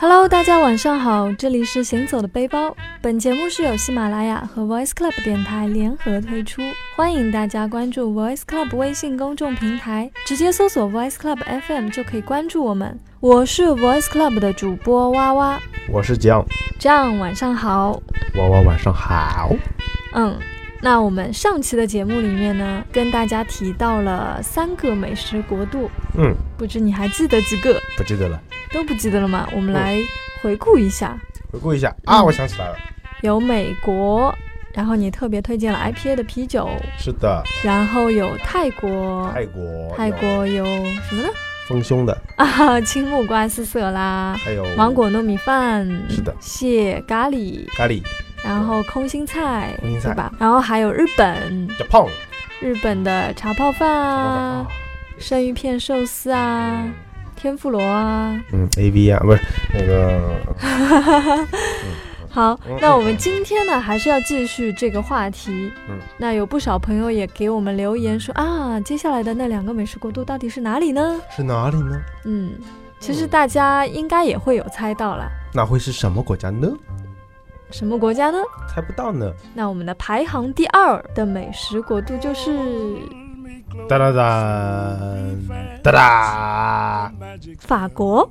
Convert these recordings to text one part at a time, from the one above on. Hello，大家晚上好，这里是行走的背包。本节目是由喜马拉雅和 Voice Club 电台联合推出，欢迎大家关注 Voice Club 微信公众平台，直接搜索 Voice Club FM 就可以关注我们。我是 Voice Club 的主播哇哇，我是江，这样晚上好。哇哇，晚上好。嗯，那我们上期的节目里面呢，跟大家提到了三个美食国度，嗯，不知你还记得几个？不记得了，都不记得了吗？我们来回顾一下，回顾一下啊，嗯我想起来了，有美国，然后你特别推荐了 IPA 的啤酒，是的，然后有泰国，泰国，哦泰国有什么呢？丰胸的，啊， 青木瓜丝色啦，还有芒果糯米饭，是的蟹咖喱，咖喱，然后空心菜，空心菜对吧？然后还有日本，叫胖子，日本的茶泡饭啊啊，，生鱼片寿司啊，天妇罗啊。嗯，A V 啊，不是那个，好嗯，那嗯我们今天呢，还是要继续这个话题。嗯，那有不少朋友也给我们留言说啊，接下来的那两个美食国度到底是哪里呢？是哪里呢？嗯，其实大家应该也会有猜到啦，那会是什么国家呢？什么国家呢？猜不到呢。那我们的排行第二的美食国度就是哒哒哒，哒哒，法国，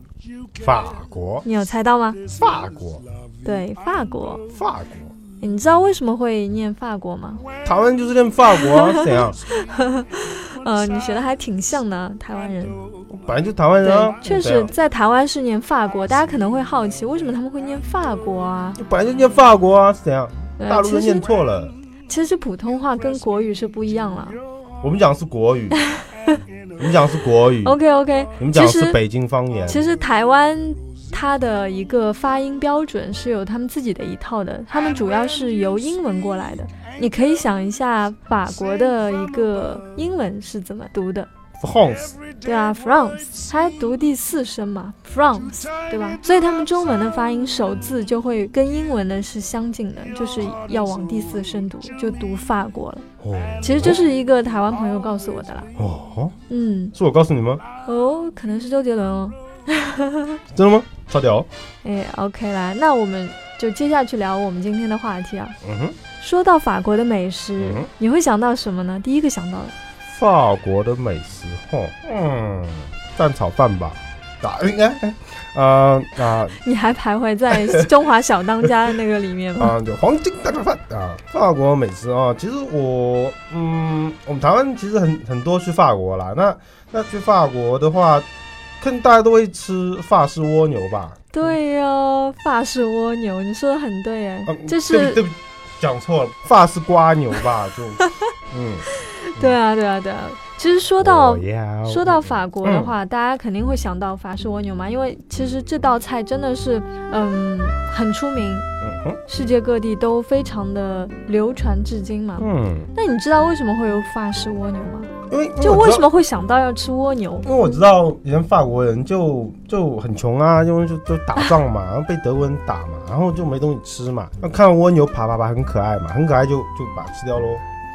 法国，你有猜到吗？法国，对，法国。法国，你知道为什么会念法国吗？台湾就是认法国，怎样？呃，你学的还挺像的，台湾人。本来就台湾人啊对，，确怎实，样，在台湾是念法国，大家可能会好奇，为什么他们会念法国啊？本来就念法国啊，怎样？对大陆其都实念错了。其实普通话跟国语是不一样了。我们讲的是国 语，我们讲的是国语， OK OK，你们讲的其是实北京方言。其实台湾它的一个发音标准是有他们自己的一套的，他们主要是由英文过来的。你可以想一下法国的一个英文是怎么读的， France 对啊，France，它读第四声嘛，France，对吧？所以他们中文的发音首字就会跟英文的是相近的，就是要往第四声读，就读法国了。哦，其实这是一个台湾朋友告诉我的啦。哦，嗯，是我告诉你吗？哦，可能是周杰伦哦。真的吗？超屌！哎，OK 啦，那我们就接下去聊我们今天的话题啊。嗯哼，说到法国的美食，嗯你会想到什么呢？第一个想到的，法国的美食，哦，嗯，蛋炒饭吧，打哎应该，啊啊你还徘徊 在中华小当家的那个里面吗？啊，就黄金蛋炒饭啊，法国美食啊，其实我，嗯，我们台湾其实很很多去法国啦，那那去法国的话，看大家都会吃法式蜗牛吧，对哦，法式蜗牛，你说的很对哎，嗯这对不是起对不起，讲错了，发丝瓜牛吧， 就嗯，对啊，对啊，对啊。其实说到哦我嗯要说到法国的话，大家肯定会想到法式蜗牛嘛，因为其实这道菜真的是，嗯，很出名，嗯哼世界各地都非常的流传至今嘛。嗯，那你知道为什么会有法式蜗牛吗？因为就为什么？么会想到要吃蜗牛？因为我知道以前法国人就就很穷啊，因为就就打仗嘛，然后被德国人打嘛，然后就没东西吃嘛，那看到蜗牛爬爬爬很可爱嘛，很可爱就就把它吃掉喽。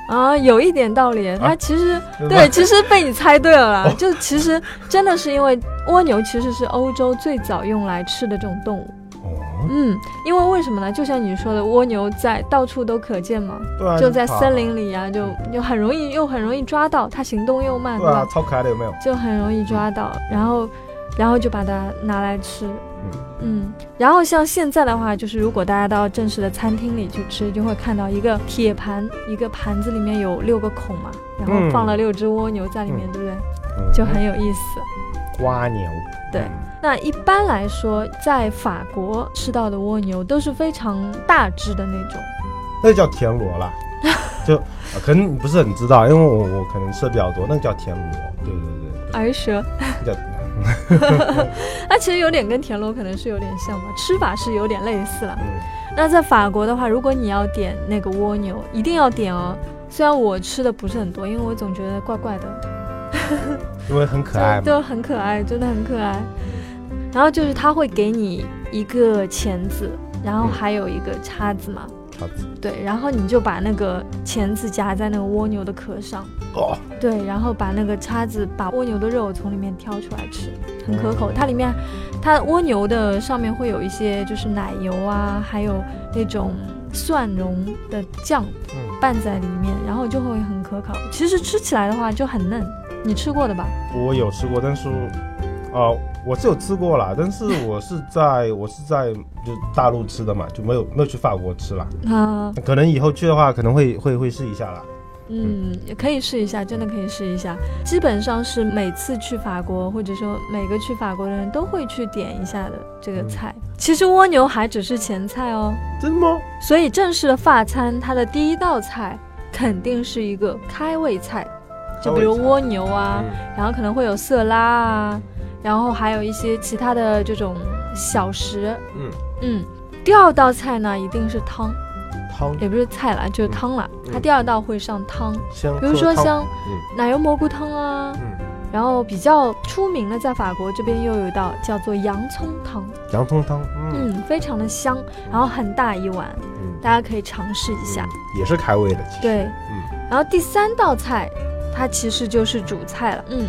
啊，有一点道理。它其实、对，其实被你猜对了哦啦。就其实真的是因为蜗牛其实是欧洲最早用来吃的这种动物。哦，嗯，因为为什么呢？就像你说的，蜗牛在到处都可见嘛，对啊，就在森爬，林里啊，就就很容易又很容易抓到，它行动又慢，对啊吧，？超可爱的有没有？就很容易抓到，嗯然后然后就把它拿来吃。嗯，然后像现在的话，就是如果大家到正式的餐厅里去吃，就会看到一个铁盘，一个盘子里面有六个孔嘛，然后嗯放了六只蜗牛在里面，对不对？嗯就很有意思。蜗牛，嗯对那一般来说，在法国吃到的蜗牛都是非常大只的那种。那叫田 螺啦，就、啊可能你不是很知道，因为我我可能吃的比较多，那个叫田螺，对对对。而蛇，叫它其实有点跟田螺可能是有点像吧，吃法是有点类似了。嗯那在法国的话，如果你要点那个蜗牛，一定要点哦。虽然我吃的不是很多，因为我总觉得怪怪的，因为很可爱就嘛。就很可爱，真的很可爱。然后就是它会给你一个钳子，然后还有一个叉子嘛，叉子对，然后你就把那个钳子夹在那个蜗牛的壳上，哦，对，然后把那个叉子把蜗牛的肉从里面挑出来吃，很可口。它里面，它蜗牛的上面会有一些就是奶油啊，还有那种蒜蓉的酱嗯，拌在里面，然后就会很可口。其实吃起来的话就很嫩，你吃过的吧？我有吃过，但是，呃，我是有吃过 啦，但是我是在我是在就大陆吃的嘛，就没有没有去法国吃啦。啊、可能以后去的话，可能会会会试一下啦。嗯，也可以试一下，真的可以试一下。基本上是每次去法国，或者说每个去法国的人都会去点一下的这个菜。其实蜗牛还只是前菜哦，真的吗？所以正式的法餐，它的第一道菜肯定是一个开胃菜，就比如蜗牛嗯啊，然后可能会有色拉啊，然后还有一些其他的这种小食。嗯嗯，第二道菜呢一定是汤，汤也不是菜啦，就是汤啦。嗯它第二道会上汤，香，比如说像嗯奶油蘑菇汤啊，嗯，然后比较出名的在法国这边又有一道叫做洋葱汤，洋葱汤，嗯嗯，非常的香，然后很大一碗，嗯，大家可以尝试一下。嗯也是开胃的，其实，对，嗯，然后第三道菜，它其实就是主菜了，嗯，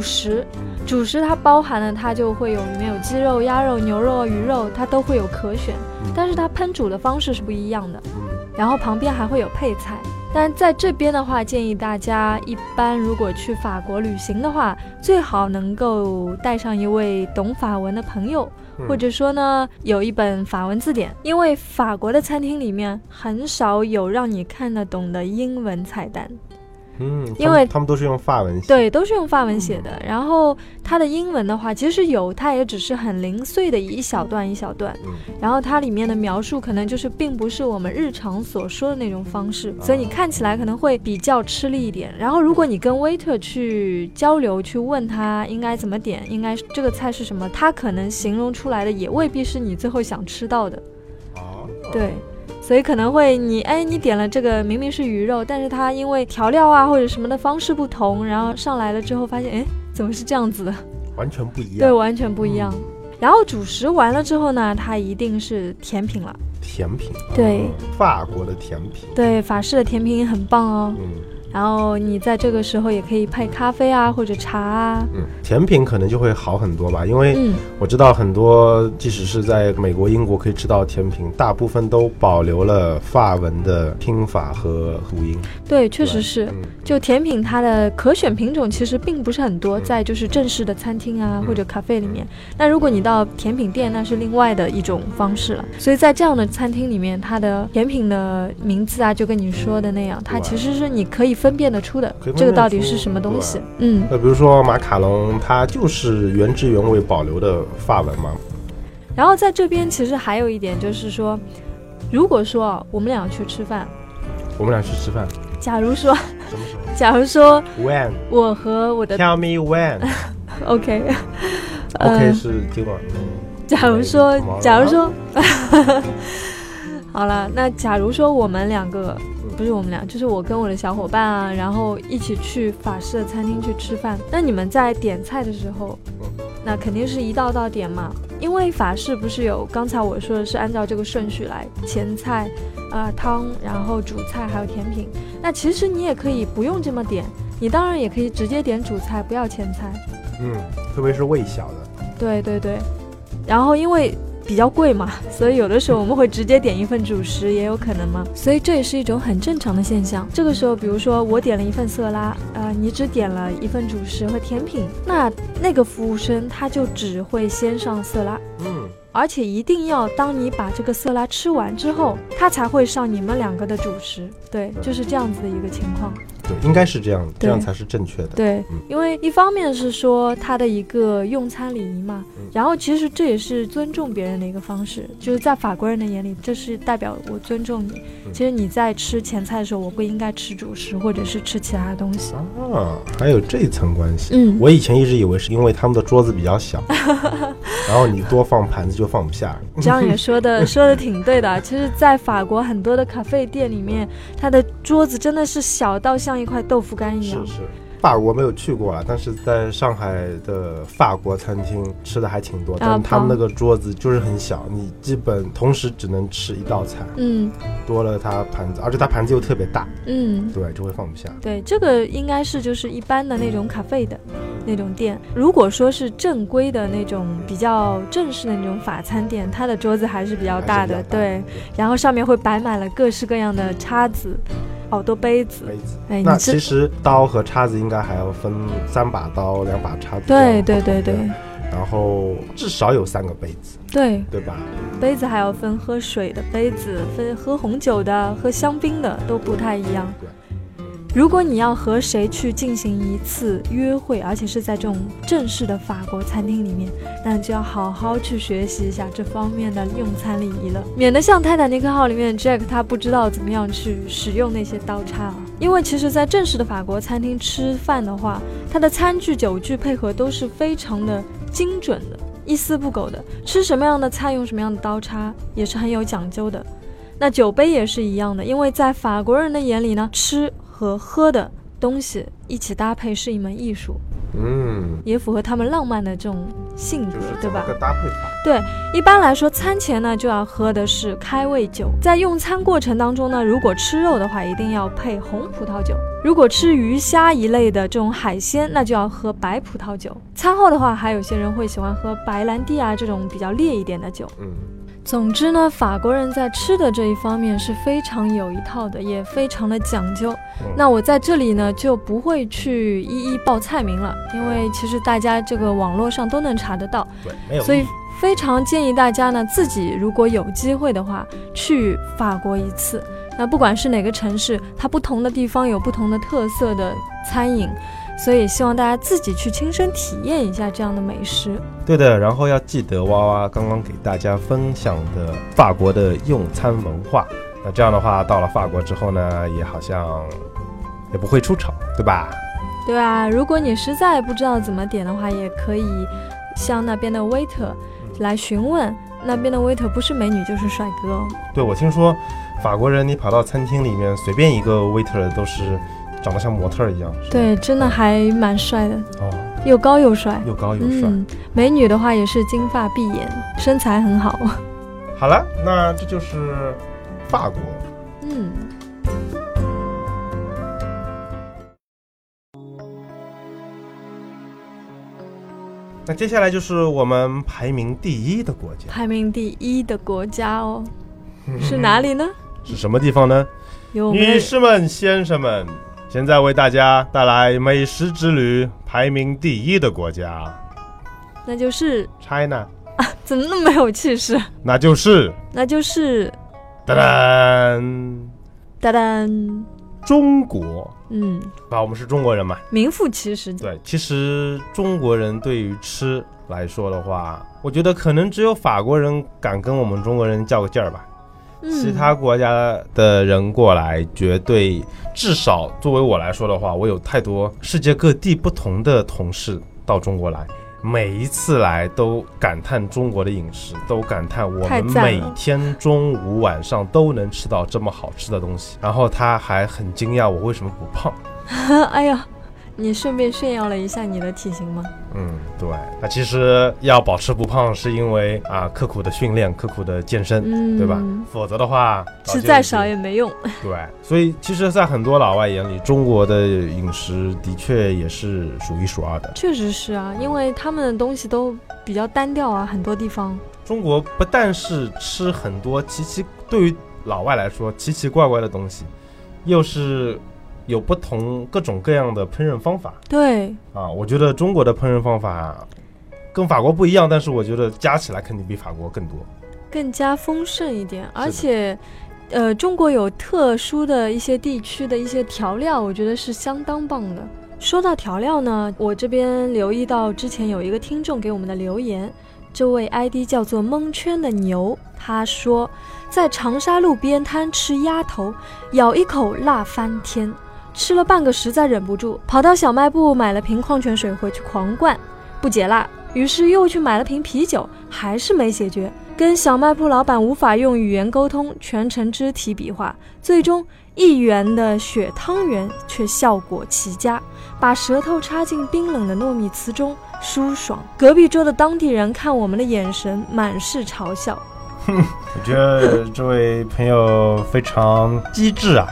主食，食。嗯主食它包含了，它就会有里面有鸡肉、鸭肉、牛肉、鱼肉，它都会有可选嗯，但是它烹煮的方式是不一样的。嗯然后旁边还会有配菜。但在这边的话，建议大家一般如果去法国旅行的话，最好能够带上一位懂法文的朋友，嗯或者说呢，有一本法文字典，因为法国的餐厅里面很少有让你看得懂的英文菜单，嗯，他们因为他们都是用法文写，嗯对，都是用法文写的。然后它的英文的话，其实有，它也只是很零碎的一小段一小段。嗯，然后它里面的描述可能就是并不是我们日常所说的那种方式，啊所以你看起来可能会比较吃力一点。然后如果你跟 waiter 去交流，去问他应该怎么点，应该这个菜是什么，他可能形容出来的也未必是你最后想吃到的，哦，对。所以可能会你哎，你点了这个明明是鱼肉，但是它因为调料啊或者什么的方式不同，然后上来了之后发现哎，怎么是这样子的？完全不一样，对，完全不一样。然后主食完了之后呢，它一定是甜品了。甜品，对嗯，法国的甜品，对，法式的甜品也很棒哦。嗯然后你在这个时候也可以配咖啡啊，或者茶啊。嗯，甜品可能就会好很多吧，因为嗯，我知道很多，即使是在美国、英国可以吃到甜品，大部分都保留了法文的拼法和读音。对，确实是。嗯，就甜品，它的可选品种其实并不是很多，嗯在就是正式的餐厅啊嗯或者咖啡里面。那如果你到甜品店，那是另外的一种方式了。所以在这样的餐厅里面，它的甜品的名字啊，就跟你说的那样，它对其实是你可以分辨得出的可以分，辨这个到底出是什么东对西。嗯，那比如说马卡龙，它就是原汁原味保留的法文嘛。然后在这边其实还有一点就是说，如果说啊我们俩去吃饭，我们俩去吃饭，假如说， 什么时候假如说？When? 我和我的 Tell me when? OK， OK，呃，是今晚。嗯假如说 tomorrow，假如说， 好了，那假如说我们两个嗯不是我们俩，就是我跟我的小伙伴啊，然后一起去法式的餐厅去吃饭。那你们在点菜的时候嗯，那肯定是一道道点嘛，因为法式不是有刚才我说的是按照这个顺序来，前菜啊、汤，然后主菜还有甜品。那其实你也可以不用这么点，你当然也可以直接点主菜，不要前菜。嗯，特别是胃小的，对对对，然后因为比较贵嘛，所以有的时候我们会直接点一份主食，也有可能嘛。所以这也是一种很正常的现象。这个时候，比如说我点了一份色拉，呃，你只点了一份主食和甜品，那那个服务生他就只会先上色拉。嗯，而且一定要当你把这个色拉吃完之后，他才会上你们两个的主食。对，就是这样子的一个情况。对，应该是这样，这样对才是正确的。对嗯，因为一方面是说他的一个用餐礼仪嘛嗯，然后其实这也是尊重别人的一个方式，就是在法国人的眼里，这是代表我尊重你。嗯其实你在吃前菜的时候，我不应该吃主食或者是吃其他的东西。啊，还有这层关系。嗯，我以前一直以为是因为他们的桌子比 较小，然后你多放盘子就放不下。这样也说 的说的挺对的。其实，在法国很多的咖啡店里面，它的桌子真的是小到像一块豆腐干一样。是，法国没有去过啊，但是在上海的法国餐厅吃的还挺啊多，但他们那个桌子就是很小，你基本同时只能吃一道菜，嗯多了它盘子，而且它盘子又特别大，嗯，对，就会放不下。对，这个应该是就是一般的那种咖啡的那种店。如果说是正规的那种比较正式的那种法餐店，它的桌子还是比较大的，还是比较对。然后上面会摆满了各式各样的叉子，好多杯子。杯子。哎，你那其这实刀和叉子应该还要分三把刀、两把叉子，对对对对然后至少有三个杯子，对，对吧？杯子还要分喝水的杯子，分喝红酒的、喝香槟的都不太一样。对，如果你要和谁去进行一次约会，而且是在这种正式的法国餐厅里面，那就要好好去学习一下这方面的用餐礼仪了，免得像《泰坦尼克号》里面 Jack 他不知道怎么样去使用那些刀叉啊。因为其实，在正式的法国餐厅吃饭的话，它的餐具、酒具配合都是非常的精准的，一丝不苟的。吃什么样的菜，用什么样的刀叉，也是很有讲究的。那酒杯也是一样的，因为在法国人的眼里呢，吃和喝的东西一起搭配是一门艺术，嗯，也符合他们浪漫的这种性格就是，对怎么吧？个搭配法？一般来说，餐前呢就要喝的是开胃酒，在用餐过程当中呢，如果吃肉的话，一定要配红葡萄酒；如果吃鱼虾一类的这种海鲜，那就要喝白葡萄酒。餐后的话，还有些人会喜欢喝白兰地啊这种比较烈一点的酒。嗯，总之呢，法国人在吃的这一方面是非常有一套的，也非常的讲究。嗯那我在这里呢就不会去一一报菜名了，因为其实大家这个网络上都能查得到。嗯对，没有意义，所以非常建议大家呢，自己如果有机会的话，去法国一次。那不管是哪个城市，它不同的地方有不同的特色的餐饮，所以希望大家自己去亲身体验一下这样的美食。对的。然后要记得哇哇刚刚给大家分享的法国的用餐文化。那这样的话，到了法国之后呢，也好像也不会出丑，对吧？对啊，如果你实在不知道怎么点的话，也可以向那边的 waiter 嗯来询问，那边的 waiter 不是美女就是帅哥哦。对，我听说法国人，你跑到餐厅里面，随便一个 waiter 都是长得像模特儿一样。是吧，对，真的还蛮帅的，哦，又高又帅。又高又帅。嗯，美女的话也是金发碧眼，身材很 好。好了，那这就是法国。嗯，那接下来就是我们排名第一的国家排名第一的国家哦， 是哪里呢？是什么地方呢？有我们女的士们、先生们，现在为大家带来美食之旅排名第一的国家那就是 China，怎么那么没有气势？那就是那就是噔噔哒哒，中国。嗯，啊，我们是中国人嘛？名副其实。对，其实中国人对于吃来说的话，我觉得可能只有法国人敢跟我们中国人较个劲儿吧。嗯，其他国家的人过来，绝对至少作为我来说的话，我有太多世界各地不同的同事到中国来，每一次来都感叹中国的饮食，都感叹我太们赞了每天中午晚上都能吃到这么好吃的东西。然后他还很惊讶我为什么不胖。哎呀，你顺便炫耀了一下你的体型吗？嗯，对。那其实要保持不胖，是因为啊刻苦的训练，刻苦的健身，嗯，对吧？否则的话，早吃就再已经少也没用。对，所以其实，在很多老外眼里，中国的饮食的确也是数一数二的。确实是啊，因为他们的东西都比较单调啊，很多地方。中国不但是吃很多奇奇，对于老外来说奇奇怪怪的东西，又是有不同各种各样的烹饪方法对，啊。我觉得中国的烹饪方法跟法国不一样，但是我觉得加起来肯定比法国更多。更加丰盛一点，而且，呃，中国有特殊的一些地区的一些调料，我觉得是相当棒的。说到调料呢，我这边留意到之前有一个听众给我们的留言，这位 ID 叫做蒙圈的牛，他说在长沙路边摊吃鸭头，咬一口辣翻天，吃了半个实在忍不住，跑到小卖部买了瓶矿泉水回去狂灌，不解辣，于是又去买了瓶啤酒，还是没解决。跟小卖部老板无法用语言沟通，全程肢体比划，最终一元的血汤圆却效果奇佳，把舌头插进冰冷的糯米糍中，舒爽。隔壁桌的当地人看我们的眼神满是嘲笑。我觉得这位朋友非常机智 啊，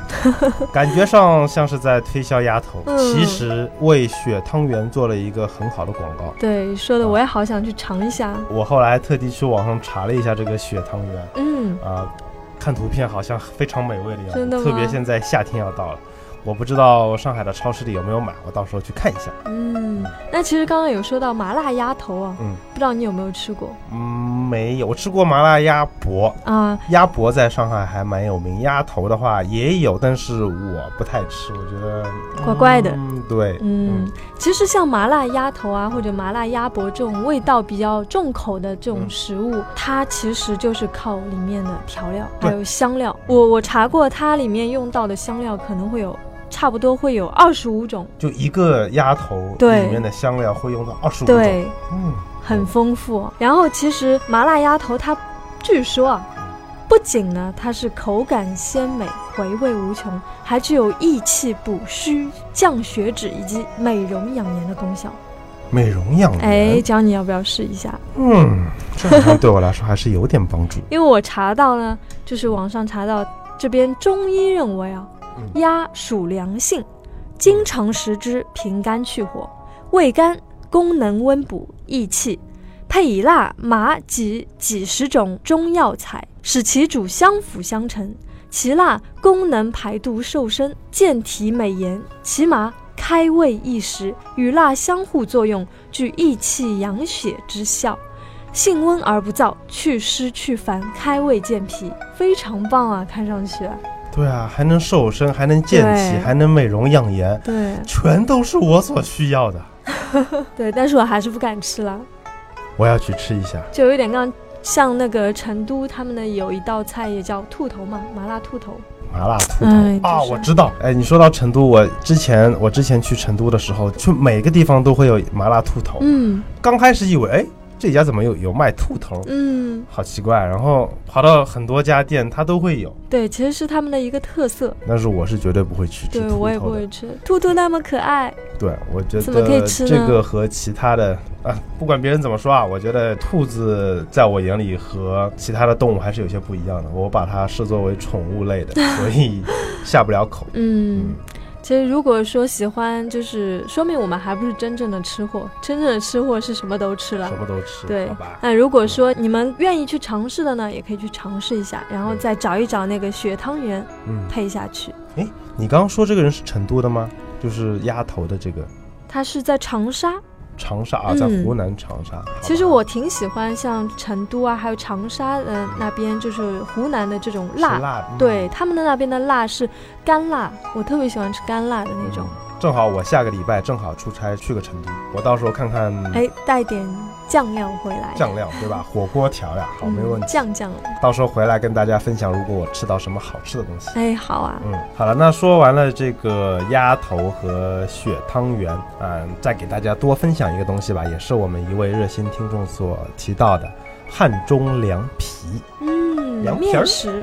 感觉上像是在推销鸭头，嗯其实为血汤圆做了一个很好的广告。对，说的我也好想去尝一下。我后来还特地去网上查了一下这个血汤圆嗯，啊，看图片好像非常美味的样真的子，吗特别现在夏天要到了。我不知道上海的超市里有没有买，我到时候去看一下。嗯，那其实刚刚有说到麻辣鸭头啊，嗯不知道你有没有吃过嗯，没有，我吃过麻辣鸭脖，啊？鸭脖在上海还蛮有名，鸭头的话也有，但是我不太吃，我觉得怪怪的嗯，对，嗯，其实像麻辣鸭头啊，或者麻辣鸭脖这种味道比较重口的这种嗯食物，它其实就是靠里面的调料对还有香料。我我查过，它里面用到的香料可能会有差不多会有二十五种，就一个鸭头对里面的香料会用到二十五种，对，嗯，很丰富。哦然后其实麻辣鸭头它，据说啊，不仅呢它是口感鲜美、回味无穷，还具有益气补虚、降血脂以及美容养颜的功效。美容养哎，颜，江，你要不要试一下？。嗯，这好像对我来说还是有点帮助因为我查到呢，就是网上查到这边中医认为啊，嗯鸭属凉性，经常食之平肝去火，味甘，功能温补益气，配以辣、麻及几十种中药材，使其主相辅相成。其辣功能排毒瘦身、健体美颜，其麻开胃益食，与辣相互作用，具益气养血之效。性温而不燥，祛湿祛烦，开胃健脾，非常棒啊！看上去，对啊，还能瘦身，还能健对体，还能美容养颜，对全都是我所需要的。对，但是我还是不敢吃了，我要去吃一下。就有点像像那个成都他们的有一道菜也叫兔头嘛，麻辣兔头，麻辣兔头、哎啊，就是我知道。哎，你说到成都，我之前我之前去成都的时候，去每个地方都会有麻辣兔头。嗯刚开始以为，哎，这家怎么有有卖兔头？嗯，好奇怪。然后跑到很多家店，它都会有，对，其实是他们的一个特色，但是我是绝对不会去吃兔对头的。我也不会吃，兔兔那么可爱，对，我觉怎么可以得吃呢这个和其他的啊，不管别人怎么说啊，我觉得兔子在我眼里和其他的动物还是有些不一样的，我把它视作为宠物 类的，所以下不了口。嗯。其实，如果说喜欢，就是说明我们还不是真正的吃货。真正的吃货是什么都吃了嗯什，么都吃，对好吧，。那如果说你们愿意去尝试的呢，也可以去尝试一下，然后嗯再找一找那个血汤圆嗯，配下去。你刚刚说这个人是成都的吗？就是鸭头的这个它是在长沙，长沙啊，嗯在湖南长沙。好吧其实我挺喜欢像成都啊，还有长沙的那边，就是湖南的这种吃辣，辣嗯对他们的那边的辣是干辣，我特别喜欢吃干辣的那种，正好我下个礼拜正好出差去个成都，我到时候看看哎，带点酱料回来，嗯酱料对吧？火锅调料好，嗯没问题。酱酱，到时候回来跟大家分享，如果我吃到什么好吃的东西。哎，好啊，嗯，好了，那说完了这个鸭头和血汤圆，嗯，再给大家多分享一个东西吧，也是我们一位热心听众所提到的汉中凉皮。嗯，凉皮儿面食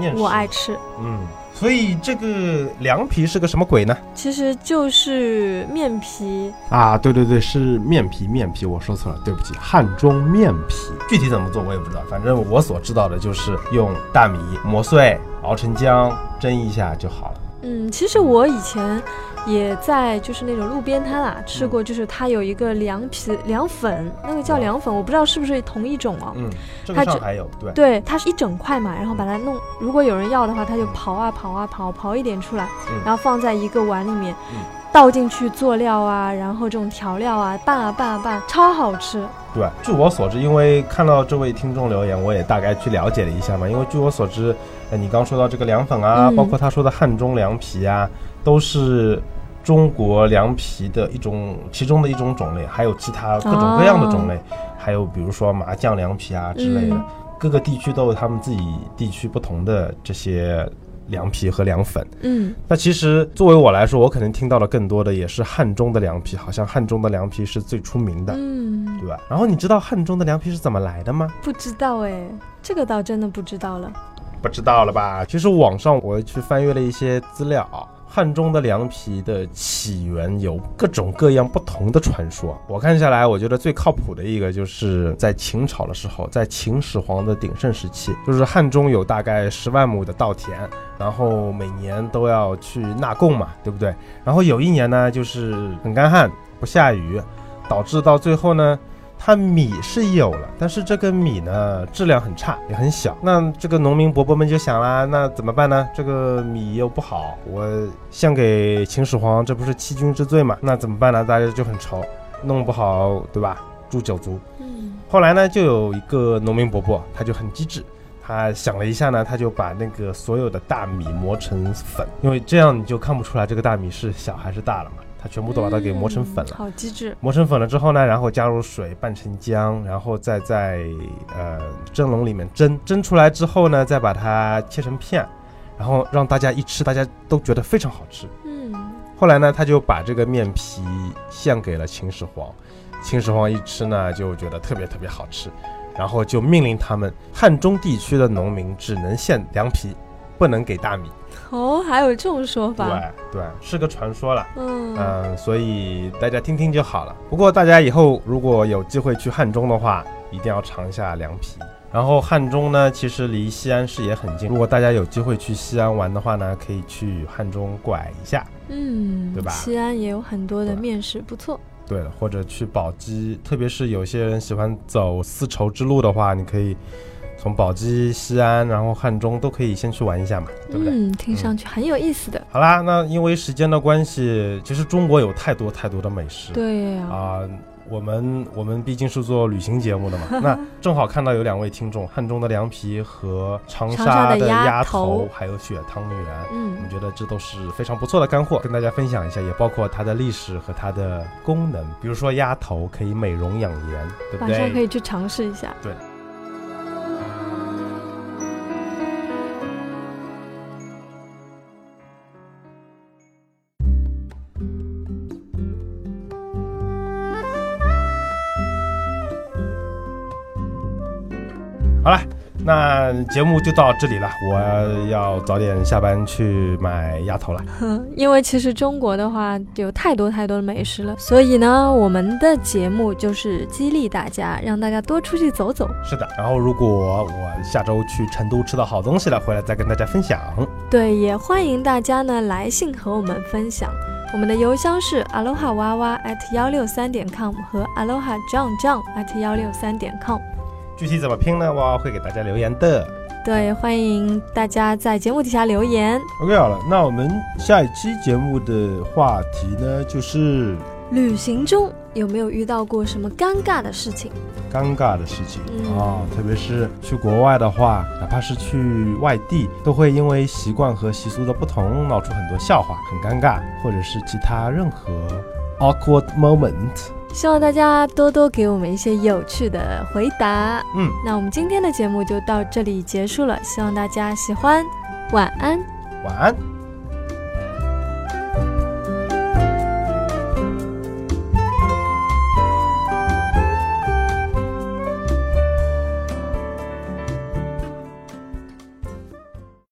面食我爱吃，嗯，所以这个凉皮是个什么鬼呢？其实就是面皮。啊，对对对，是面皮，面皮，我说错了，对不起，汉中面皮。具体怎么做我也不知道，反正我所知道的就是用大米磨碎，熬成浆，蒸一下就好了。嗯，其实我以前也在就是那种路边摊啊嗯吃过，就是它有一个凉皮凉粉，那个叫凉粉，我不知道是不是同一种哦。哦嗯，这它个就上海有，对，对，它是一整块嘛，然后把它弄，如果有人要的话，它就刨啊刨啊刨，刨一点出来，嗯然后放在一个碗里面嗯，倒进去佐料啊，然后这种调料啊，拌啊拌啊拌，超好吃。对，据我所知，因为看到这位听众留言，我也大概去了解了一下嘛。因为据我所知，呃，你刚说到这个凉粉啊，嗯包括他说的汉中凉皮啊，都是中国凉皮的一种其中的一种种类，还有其他各种各样的种类，还有比如说麻酱凉皮啊之类的，哦嗯各个地区都有他们自己地区不同的这些凉皮和凉粉。嗯那其实作为我来说，我可能听到的更多的也是汉中的凉皮，好像汉中的凉皮是最出名的，嗯，对吧？然后你知道汉中的凉皮是怎么来的吗？不知道哎，这个倒真的不知道了。不知道了吧？其实网上我去翻阅了一些资料，汉中的凉皮的起源有各种各样不同的传说。我看下来，我觉得最靠谱的一个就是在秦朝的时候，在秦始皇的鼎盛时期，就是汉中有大概十万亩的稻田，然后每年都要去纳贡嘛，对不对？然后有一年呢，就是很干旱，不下雨，导致到最后呢，它米是有了，但是这个米呢质量很差，也很小。那这个农民伯伯们就想啦，那怎么办呢？这个米又不好，我献给秦始皇，这不是欺君之罪嘛？那怎么办呢？大家就很愁，弄不好对吧？诛九族。嗯后来呢，就有一个农民伯伯，他就很机智，他想了一下呢，他就把那个所有的大米磨成粉，因为这样你就看不出来这个大米是小还是大了嘛。他全部都把它给磨成粉了。嗯好机智。磨成粉了之后呢，然后加入水拌成浆，然后再在呃蒸笼里面蒸，蒸出来之后呢，再把它切成片，然后让大家一吃，大家都觉得非常好吃。嗯后来呢，他就把这个面皮献给了秦始皇，秦始皇一吃呢，就觉得特别特别好吃，然后就命令他们汉中地区的农民只能献凉皮，不能给大米。哦，还有这种说对法。对，是个传说了。嗯嗯，所以大家听听就好了。不过大家以后如果有机会去汉中的话，一定要尝一下凉皮。然后汉中呢，其实离西安市也很近。如果大家有机会去西安玩的话呢，可以去汉中拐一下。嗯，对吧西安也有很多的对面食，不错。对了，或者去宝鸡，特别是有些人喜欢走丝绸之路的话，你可以从宝鸡、西安，然后汉中都可以先去玩一下嘛，对不嗯对？嗯，听上去很有意思的。好啦，那因为时间的关系，其实中国有太多太多的美食。对呀、啊、我们我们毕竟是做旅行节 目的嘛，那正好看到有两位听众，汉中的凉皮和长长沙沙的鸭鸭头还有血汤圆。我嗯们觉得这都是非常不错的干货，跟大家分享一下，也包括它的历史和它的功能。比如说鸭头可以美容养颜，对不晚对？上可以去尝试一下。 对。好了，那节目就到这里了，我要早点下班去买鸭头了。因为其实中国的话有太多太多的美食了，所以呢，我们的节目就是激励大家，让大家多出去走走。是的，然后如果我下周去成都吃到好东西了，回来再跟大家分享。对，也欢迎大家呢来信和我们分享。我们的邮箱是 aloha 娃娃 at 幺六三点 com 和 aloha john john at 幺六三点 com。具体怎么拼呢？我会给大家留言的。对，欢迎大家在节目底下留言。 OK，好了，那我们下一期节目的话题呢，就是旅行中有没有遇到过什么尴尬的事情？尴尬的事情啊、嗯特别是去国外的话，哪怕是去外地，都会因为习惯和习俗的不同，闹出很多笑话，很尴尬，或者是其他任何 awkward moment。希望大家多多给我们一些有趣的回答。嗯，那我们今天的节目就到这里结束了，希望大家喜欢，晚安。晚安。